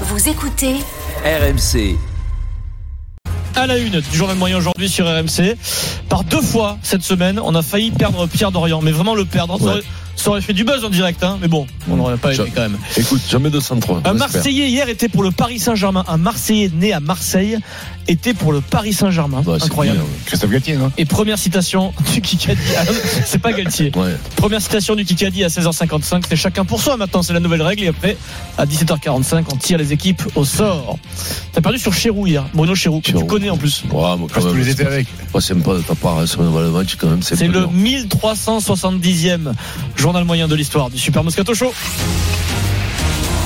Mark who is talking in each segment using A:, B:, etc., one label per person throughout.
A: Vous écoutez
B: RMC.
C: à la une du journal moyen aujourd'hui sur RMC. Par deux fois cette semaine, on a failli perdre Pierre Dorian, mais vraiment le perdre. Ça, aurait, ça aurait fait du buzz en direct, hein, mais bon, on n'aurait pas aimé
D: Je-
C: quand même.
D: Écoute, jamais 203.
C: Un Marseillais hier était pour le Paris Saint-Germain. Un Marseillais né à Marseille était pour le Paris Saint-Germain.
D: Bah,
C: Incroyable.
D: Christophe Galtier, non
C: Et première citation du Kikadi. Ah non, C'est pas Galtier.
D: Ouais.
C: Première citation du Kikadi à 16h55. C'est chacun pour soi maintenant. C'est la nouvelle règle. Et après, à 17h45, on tire les équipes au sort. T'as perdu sur Chérou hier. Bruno Chérou, que tu
D: Chérou.
C: connais en plus.
D: Ouais, moi, quand même. c'est
E: avec.
D: pas sympa de ta part, hein, sur le le match, quand même.
C: C'est
D: un peu
C: le
D: dur.
C: 1370e journal moyen de l'histoire du Super Moscato Show.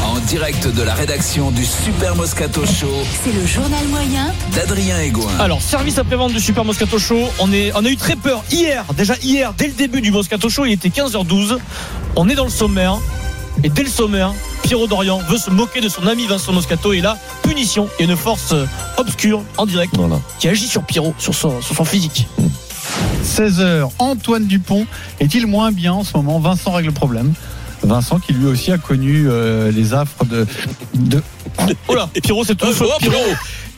B: En direct de la rédaction du Super Moscato Show
A: C'est le journal moyen
B: d'Adrien Egoin.
C: Alors, service après-vente du Super Moscato Show. On, est, on a eu très peur hier, déjà hier, dès le début du Moscato Show, il était 15h12. On est dans le sommaire. Et dès le sommaire, Pierrot Dorian veut se moquer de son ami Vincent Moscato. Et là, punition. Il y a une force euh, obscure en direct
D: Voilà.
C: qui agit sur Pierrot, sur son, sur son physique.
E: 16h, Antoine Dupont est-il moins bien en ce moment Vincent règle le problème. Vincent qui lui aussi a connu euh, les affres de, de-
C: Oh là, Pierrot s'étouffe. Pierrot,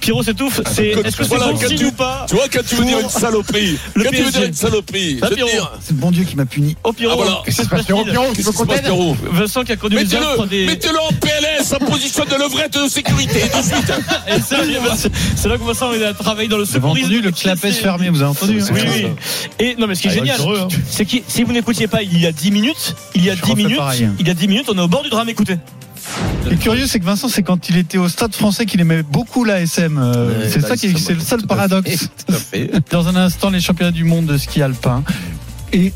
C: Pierrot s'étouffe. C'est- Est-ce que c'est
F: Ah, Voilà,
C: bon
F: quand
C: signe
F: tu-
C: ou pas
F: Tu vois, quand tu veux dire une saloperie,
C: Le
F: quand tu veux
C: PSG.
F: dire une saloperie,
C: Ah,
F: je vais te
C: Pierrot.
F: dire.
E: c'est le bon Dieu qui m'a puni.
C: Oh Pierrot,
F: Ah, voilà.
C: que se passe-t-il
F: Qu'est-ce qui se passe, Pierrot
C: Vincent qui a connu les
F: Mettez-le
C: affres des.
F: mettez-le en PLS, en position de levrette de sécurité, de suite.
C: Et ça, c'est- C'est là que Vincent il a travaillé dans le
E: Vous avez
C: secourisme.
E: entendu le clapet fermé, vous avez entendu hein
C: Oui, oui. Et non, mais ce qui est
E: Ah,
C: génial,
E: heureux, hein.
C: c'est que si vous n'écoutiez pas il y a 10 minutes, il y a
E: Je
C: 10
E: refais
C: minutes,
E: pareil.
C: il y a 10 minutes, on est au bord du drame, écoutez.
E: Le curieux, c'est que Vincent, c'est quand il était au stade français qu'il aimait beaucoup la SM. Euh,
D: Ouais,
E: c'est
D: bah,
E: ça qui est-
D: ça,
E: c'est le seul
D: tout à
E: paradoxe.
D: fait, tout à fait.
E: Dans un instant, les championnats du monde de ski alpin. Et.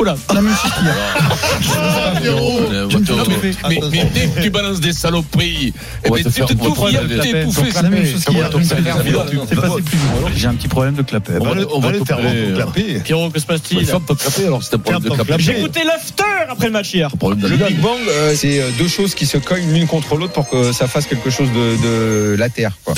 E: Oh là, la même chose qu'il y a.
D: Pierrot,
E: Je me suis
D: Pierrot.
E: trompé.
F: Mais, mais dès que tu balances des saloperies, eh
D: On
F: ben,
D: va te
F: tu
D: faire-
F: te
D: on va
F: trouves,
D: te faire
F: t'es
E: Clapet,
F: étouffé.
E: c'est la même chose qu'il y a.
D: Comment t'as fait ça
E: C'est passé plus loin. J'ai un petit problème de clapet.
D: On va le- on va
G: Ah,
D: le taper.
C: Pierrot, que se
D: Ouais,
C: passe-t-il
D: ferme
F: Bah,
D: ton clapet, alors, c'est un problème de
E: Ferme ton
D: clapet.
C: J'ai écouté l'after après le match hier.
D: Un problème
G: Le
D: d'amidale.
G: Big Bang, euh, c'est euh, deux choses qui se cognent l'une contre l'autre pour que ça fasse quelque chose de, de la Terre. Quoi.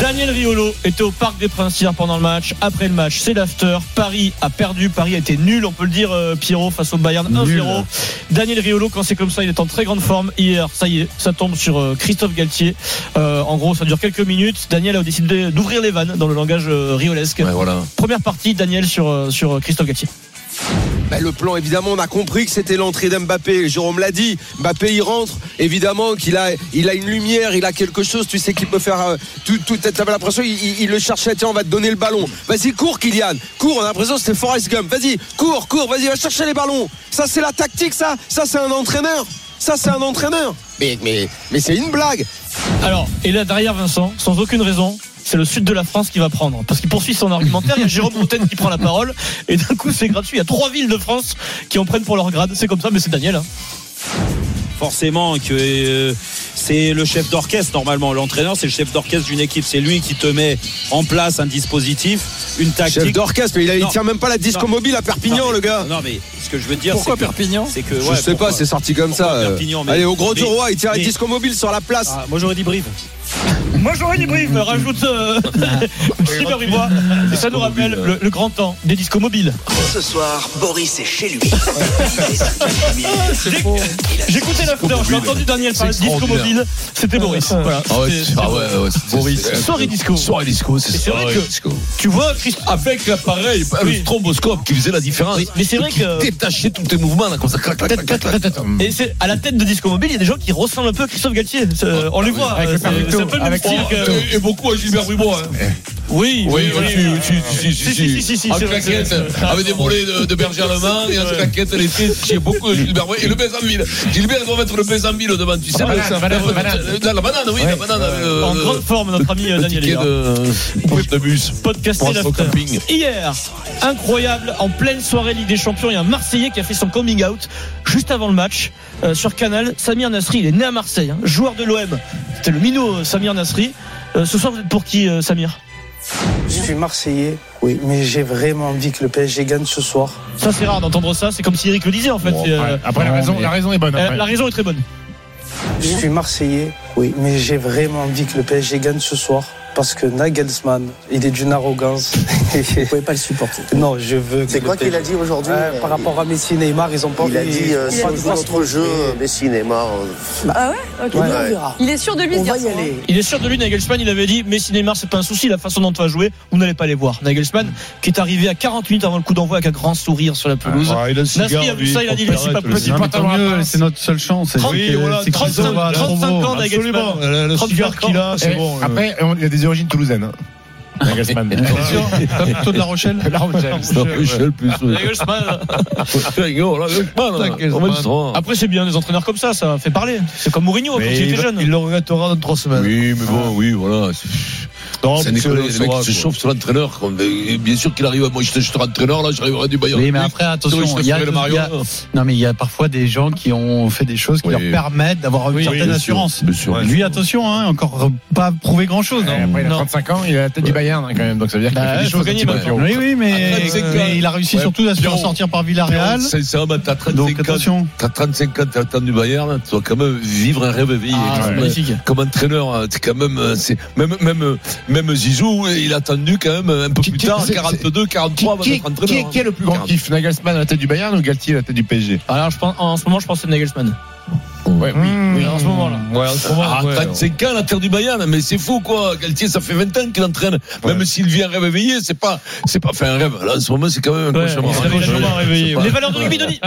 C: Daniel Riolo était au Parc des Princes hier pendant le match. Après le match, c'est l'after. Paris a perdu. Paris a été nul, on peut le dire, euh, Pierrot, face au Bayern 1-0. Daniel Riolo, quand c'est comme ça, il est en très grande forme. Hier, ça y est, ça tombe sur euh, Christophe Galtier. Euh, en gros, ça dure quelques minutes. Daniel a décidé d'ouvrir les vannes dans le langage euh, riolesque.
D: Ouais, voilà.
C: Première partie, Daniel sur, euh, sur Christophe Galtier.
H: Ben, le plan, évidemment, on a compris que c'était l'entrée d'Mbappé. Jérôme l'a dit. Mbappé, il rentre. Évidemment qu'il a, il a une lumière, il a quelque chose. Tu sais qu'il peut faire. euh, tout, tout, t'avais l'impression, il, il- il le cherchait. Tiens, on va te donner le ballon. Vas-y, cours, Kylian. Cours. On a l'impression que c'était Forrest Gump. Vas-y, cours, cours. Vas-y, va chercher les ballons. Ça, c'est la tactique, ça. Ça, c'est un entraîneur. Ça, c'est un entraîneur. Mais, mais, mais c'est une blague.
C: Alors, et là derrière Vincent, sans aucune raison, c'est le sud de la France qui va prendre. Parce qu'il poursuit son argumentaire, il y a Jérôme Montaigne qui prend la parole, et d'un coup c'est gratuit. Il y a trois villes de France qui en prennent pour leur grade. C'est comme ça, mais c'est Daniel. hein.
I: forcément que euh, c'est le chef d'orchestre normalement. L'entraîneur, c'est le chef d'orchestre d'une équipe. C'est lui qui te met en place un dispositif, une
H: Chef
I: tactique.
H: d'orchestre, mais il, a- il
I: Non.
H: tient même pas la disco
I: Non.
H: mobile à Perpignan,
I: Non, mais-
H: le gars.
I: Non mais ce que je veux dire,
F: Pourquoi
I: c'est que-
F: Perpignan
I: c'est que
H: Je
I: ouais,
H: sais
I: pourquoi-
H: pas, c'est sorti comme
I: pourquoi
H: ça. euh.
I: Perpignan, mais-
H: Allez, au gros
I: mais-
H: du roi, il tient la
I: mais-
H: disco mobile sur la place.
I: Ah, moi j'aurais dit Brive.
C: Moi j'aurais dit brief, rajoute euh, Cyber Ribois. Et ça nous rappelle le, le grand temps des discos mobiles.
J: Ce soir, Boris est chez lui. Il est
C: J'ai j'ai écouté l'after, j'ai entendu Daniel parler de disco mobile. C'était Boris. Voilà.
D: Ah ouais,
C: C'était-
D: c'est- ah ouais, ouais, c'est-
C: Boris.
D: c'est-
C: Soirée disco.
D: Soirée disco, c'est
C: Et c'est vrai
D: soirée
C: que-
D: disco.
C: Tu vois, Christophe.
D: Avec l'appareil,
C: Oui.
D: le stromboscope qui faisait la différence.
C: Mais- mais c'est vrai
D: Qui
C: que-
D: Détachait tous tes mouvements, là, comme ça. clac, clac, clac, clac, clac.
C: Et c'est à la tête de Disco Mobile, il y a des gens qui ressemblent un peu à Christophe Galtier. Euh, on les voit.
E: Avec
C: euh,
E: le
C: c'est-
E: perfecto.
C: C'est un peu le même
E: Avec
C: style
E: le
C: que-
F: Et, et beaucoup à Gilbert Dubois. hein.
C: Oui,
F: Oui, oui, si, si,
C: Si, si, si, si, si,
F: En
C: c'est vrai,
F: claquette,
C: c'est vrai, c'est vrai.
F: avec des mollets de, de berger allemand, et en
C: Ouais.
F: claquette, l'été, j'ai beaucoup de Gilbert Dubois. Et le Bézanville. Gilbert, il doit mettre le Bézanville devant, tu sais.
E: La banane,
F: le-
E: banane,
F: le-
E: banane.
D: Euh,
F: La, la banane, oui, la banane. euh,
C: En
F: le-
C: grande forme, notre ami euh,
F: le
C: Daniel.
F: ticket
C: Hébert.
F: de, de bus.
C: Podcast
F: Pour un faux camping.
C: Hier, incroyable, en pleine soirée Ligue des Champions, il y a un Marseillais qui a fait son coming out juste avant le match euh, sur Canal. Samir Nasri, il est né à Marseille, hein, joueur de l'OM. C'était le minot euh, Samir Nasri. Euh, ce soir, vous êtes pour qui, euh, Samir
K: Je suis Marseillais, oui, mais j'ai vraiment envie que le PSG gagne ce soir.
C: Ça, c'est rare d'entendre ça. C'est comme si Eric le disait, en fait. C'est, euh,
D: Après, la raison, la raison est bonne.
C: euh, la raison est très bonne.
K: Je suis Marseillais, oui, mais j'ai vraiment envie que le PSG gagne ce soir. parce que Nagelsmann, il est d'une arrogance. Vous ne pouvez pas le supporter. Non, je veux.
L: C'est
K: que
L: quoi
K: le PSG
L: qu'il a dit aujourd'hui
K: Ouais, Par rapport à Messi, Neymar, ils ont pas
L: Il a dit euh,
K: pas de
L: sans
K: passe
L: notre jeu, Messi, Neymar. euh,
M: Ah ouais Ok,
L: Ouais.
M: on verra. Il est sûr de lui, ce garçon. hein.
C: Il est sûr de lui, Nagelsmann, il avait dit, mais si Neymar, c'est pas un souci, la façon dont on va jouer, vous n'allez pas les voir. Nagelsmann, qui est arrivé à 40 minutes avant le coup d'envoi avec un grand sourire sur la pelouse.
E: Ah, il a le cigare,
C: Nasri a vu
E: lui,
C: ça, il a dit,
E: faut
C: lui, c'est pas
E: arrêter le
C: possible.
E: cigare.
C: Pantalon à
E: Tant mieux,
C: pince.
E: C'est notre seule chance. c'est
C: Trente-
E: que-
C: voilà,
E: c'est qu'ils
C: 35
E: ont à la promo.
C: 35 ans d'Agelsmann.
E: Absolument.
G: Euh,
D: Le, le
C: 35
D: cigare qu'il a, c'est
C: ans.
D: bon.
E: Eh
D: euh.
N: Après, on- il y a des origines toulousaines. hein. Nagelsmann.
E: sûr Pas plutôt de euh. La Rochelle
N: La
D: Oh,
N: Rochelle.
D: La Rochelle, plus. ouais.
C: Nagelsmann.
D: Rigole, là, Nagelsmann,
E: Ah,
D: là. Ah, On va le
E: hein.
D: savoir.
C: Après, c'est bien des entraîneurs comme ça, ça fait parler. C'est comme Mourinho hein, quand
D: Mais
C: il
D: il
C: était
D: va-
C: jeune.
D: il
C: le regrettera dans trois semaines.
D: Oui, mais bon, oui, voilà. C'est-
C: Non,
D: bah, ah. C'est
C: mais
D: Nicolas,
C: c'est-
D: les
C: c'est
D: mecs
C: vrai,
D: qui se
C: quoi.
D: chauffent sur l'entraîneur. quoi. Mais Bien sûr qu'il arrive, à- moi je serai entraîneur, là j'arriverai du Bayern.
E: Oui, mais
D: Munich.
E: après,
D: Je
E: attention,
D: serai
E: il y, a,
D: le Mario.
E: il y a- non, mais il y a parfois des gens qui ont fait des choses qui
D: Oui.
E: leur permettent d'avoir une
D: Oui,
E: certaine
D: bien sûr,
E: assurance.
D: bien sûr.
E: Lui, attention, hein, encore pas hein. prouvé grand chose.
N: Et après, il a 35 ans, il a la tête du Bayern hein, quand même, donc ça veut dire qu'il
E: Ah,
N: fait des choses. un petit peu, Pierrot.
E: Oui, oui, mais, euh,
D: Après, c'est que-
E: mais il a réussi
D: Ouais,
E: surtout à se faire
D: Pierrot.
E: sortir par Villarreal.
D: C'est ça, bah, t'as 35
E: Donc, attention.
D: ans. T'as 35 ans, t'es atteint du Bayern, tu dois quand même vivre un rêve éveillé.
E: Ah,
D: Comme,
E: c'est
D: euh,
E: magnifique.
D: Comme entraîneur, euh, c'est quand même, euh, c'est, même, même, euh, même Zizou, il a attendu quand même euh, un peu plus
N: qui-
D: tard,
N: c'est-
D: 42, 43,
N: Qui,
D: avant d'être
N: qui-
D: entraîneur. hein.
N: qui est le plus grand kiff Nagelsmann à la tête du Bayern ou Galtier à la tête du PSG
C: Alors, je pense, en ce moment, je pense que c'est Nagelsmann.
N: Ouais, oui,
E: Mmh.
N: oui.
C: En ce moment-là.
D: Ah, 35 ans, la terre du Bayern, mais c'est fou quoi. Galtier, ça fait 20 ans qu'il entraîne. Même s'il vit un rêve éveillé, c'est pas, c'est pas fait un rêve. Là, en ce moment, c'est quand même un
C: Ouais,
D: cauchemar.
C: il se réveille
D: Ouais,
C: légèrement
D: c'est
C: réveillé.
D: pas-
C: Les valeurs de rugby, Denis.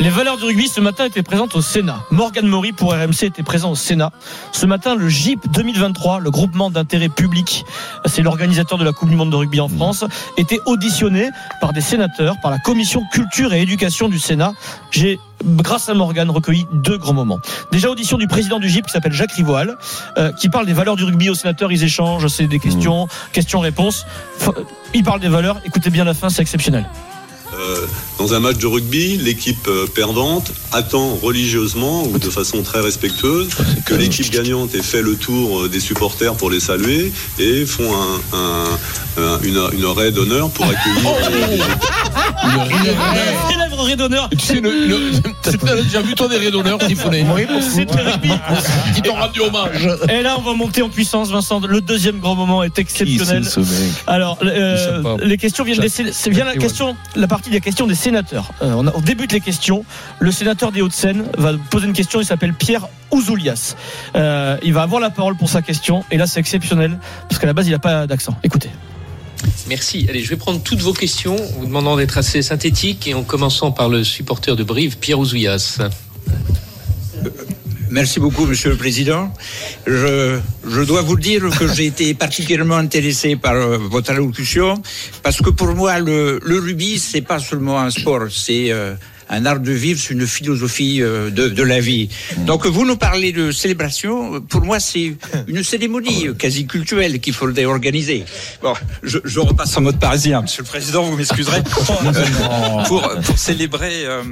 C: Les valeurs du rugby ce matin étaient présentes au Sénat. Morgan Maury pour RMC était présent au Sénat. Ce matin, le GIP 2023, le groupement d'intérêt public, c'est l'organisateur de la Coupe du Monde de rugby en France, était auditionné par des sénateurs, par la commission culture et éducation du Sénat. J'ai, grâce à Morgan, recueilli deux grands moments. Déjà, audition du président du GIP qui s'appelle Jacques Rivoal, euh, qui parle des valeurs du rugby aux sénateurs. Ils échangent, c'est des questions, questions-réponses. F- Il parle des valeurs. Écoutez bien la fin, c'est exceptionnel.
O: Euh, dans un match de rugby, l'équipe euh, perdante attend religieusement ou de façon très respectueuse que l'équipe gagnante ait fait le tour euh, des supporters pour les saluer et font un- un- un- une, une raie d'honneur pour accueillir
L: Oh.
O: les- les-
C: Ah Célèbre raid d'honneur.
D: Tu sais, le, le, t'as déjà vu toi des raies d'honneur, Tiffany
C: C'est très rugby.
D: Ils t'ont rendu hommage.
C: Et là, on va monter en puissance, Vincent. Le deuxième grand moment est exceptionnel.
D: Qui c'est, ce mec
C: Alors, euh,
D: Il sait pas.
C: les questions viennent des.
D: Jacques-
C: C'est bien la
D: Jacques
C: question, la partie des questions des sénateurs. Euh, on, a- on débute les questions. Le sénateur des Hauts-de-Seine va poser une question. Il s'appelle Pierre Ouzoulias. Euh, il va avoir la parole pour sa question. Et là, c'est exceptionnel parce qu'à la base, il n'a pas d'accent. Écoutez.
P: Merci. Allez, je vais prendre toutes vos questions, en vous demandant d'être assez synthétique et en commençant par le supporter de Brive, Pierre Ouzoulias.
Q: Merci beaucoup, Monsieur le Président. Je, je dois vous dire que j'ai été particulièrement intéressé par euh, votre allocution parce que pour moi, le, le rugby, c'est pas seulement un sport, c'est euh, un art de vivre, c'est une philosophie euh, de, de la vie. Donc, vous nous parlez de célébration. Pour moi, c'est une cérémonie quasi culturelle qu'il faudrait organiser. Bon, je, je repasse en mode parisien, Monsieur le Président, vous m'excuserez. Euh, pour, pour célébrer euh,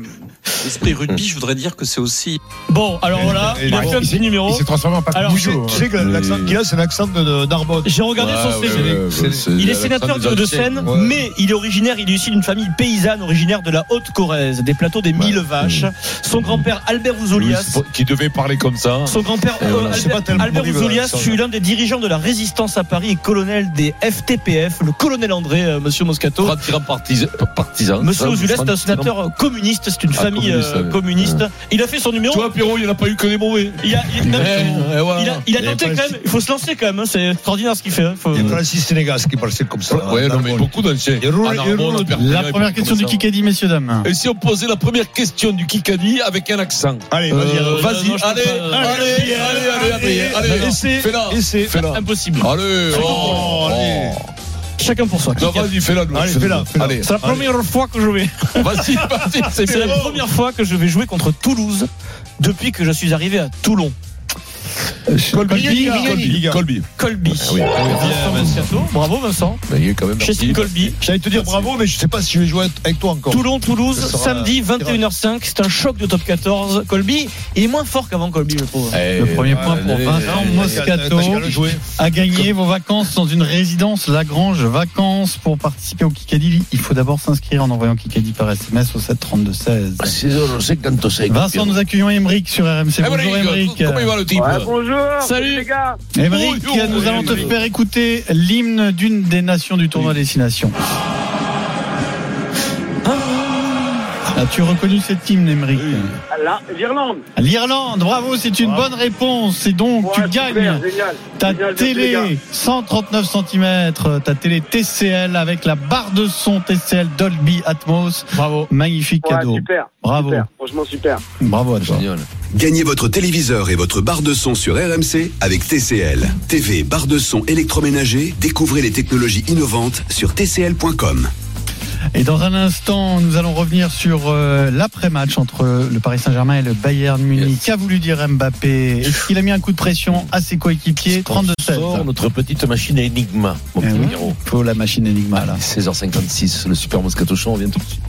Q: l'esprit rugby, je voudrais dire que c'est aussi
C: Bon, alors voilà, il a fait un petit numéro.
N: Il s'est transformé en Pape
C: Alors,
G: hein.
N: Bougeot.
C: tu sais que l'accent
N: qu'il a, c'est l'accent de Narbonne.
C: J'ai regardé
G: Ah,
C: son CV. il est sénateur de, de Seine, mais il est originaire, il est issu d'une famille paysanne originaire de la Haute-Corrèze, des plateaux des Mille Vaches. Son grand-père Albert Ouzoulias.
D: Qui devait parler comme ça.
C: Son grand-père
D: Et
C: euh,
D: voilà. C'est pas
C: Albert,
D: tellement
C: Albert
D: horrible,
C: Ouzoulias
D: Alexandre.
C: fut l'un des dirigeants de la résistance à Paris et colonel des FTPF, le colonel André, euh, monsieur Moscato.
D: Partisan. partisan. hein.
C: Monsieur
D: Ça,
C: Ouzoulias, c'est un
D: partisan.
C: sénateur euh, communiste, c'est une
D: Ah,
C: famille euh,
D: communiste, ouais.
C: communiste. Il a fait son numéro.
D: Toi, Pierrot, il n'y en a pas eu que des mauvais.
C: Il a, il, non, mais-
D: Ouais, ouais, voilà.
C: il a- il a
D: Il y a
C: tenté
D: pas
C: quand
D: eu-
C: même, il faut se lancer quand même, hein, c'est extraordinaire ce qu'il fait. hein, faut-
N: Il y a Francis Sénégas qui parlait comme ça.
D: Ouais, non, mais beaucoup d'anciens. Ah, non, bon, on a perdu,
E: La
D: il
E: première
D: faut
E: question du
D: commencer.
E: Kikadi, messieurs, dames.
D: Et si on posait la première question du Kikadi avec un accent Euh,
N: Allez,
E: vas-y, alors.
D: vas-y,
E: Non, je peux
D: allez,
E: pas.
D: allez, allez, allez, allez, allez, allez,
C: Essaie,
D: fais-la,
C: essaie.
D: fais-la.
C: Impossible.
D: Allez,
C: Chacun
D: oh,
C: pour soi.
D: allez.
C: Chacun pour soi.
D: Non, vas-y, fais-la, nous.
C: Allez, fais-la, fais-la.
D: Allez.
C: C'est la
D: Allez.
C: première fois que je vais.
D: oh. Vas-y, vas-y, c'est
C: C'est la
D: Pierrot.
C: première fois que je vais jouer contre Toulouse depuis que je suis arrivé à Toulon.
D: Euh,
C: Colby, Colby,
D: Colby.
C: Colby. Vincent
D: Ah
C: Moscato. Bravo Vincent.
D: Ben, il est quand même
C: Chez Steve Colby.
D: J'allais te dire bravo, mais je sais pas si je vais jouer avec toi encore.
C: Toulon, Toulouse, samedi 21h05. C'est un choc de top 14. Colby, il est moins fort qu'avant Colby, je trouve.
E: Le premier point pour Vincent Moscato a gagné vos vacances dans une résidence Lagrange Vacances. Pour participer au Kikadi, il faut d'abord s'inscrire en envoyant Kikadi par SMS au 7 32 16.
D: 6h55.
E: Vincent, nous accueillons Emeric sur RMC. Bonjour Emeric.
D: Comment il va le type
L: Bonjour.
C: Salut
L: les gars.
E: Emeric, nous allons te faire écouter l'hymne d'une des nations du tournoi Destination. As-tu reconnu cette hymne, Emeric
L: Là, l'Irlande.
E: L'Irlande, bravo, c'est une bonne réponse. Et donc,
L: Ouais,
E: tu
L: super,
E: gagnes
L: génial.
E: ta
L: Génial, merci, les gars.
E: télé 139 cm, ta télé TCL avec la barre de son TCL Dolby Atmos. Bravo. Magnifique
L: Ouais,
E: cadeau.
L: super.
E: Bravo.
L: Super. Franchement, super.
E: Bravo à toi.
R: Gagnez votre téléviseur et votre barre de son sur RMC avec TCL. TV, barre de son électroménager, découvrez les technologies innovantes sur tcl.com.
E: Et dans un instant, nous allons revenir sur euh, l'après-match entre le Paris Saint-Germain et le Bayern Munich. Qu'a voulu dire Mbappé Est-ce qu'il a mis un coup de pression à ses coéquipiers 32-16.
D: Sort notre petite machine à Enigma, mon
E: Eh
D: petit
E: oui.
D: Pierrot.
E: Faut la machine hein. Enigma, là.
D: 16h56, le Super Moscato Show, on vient tout de suite.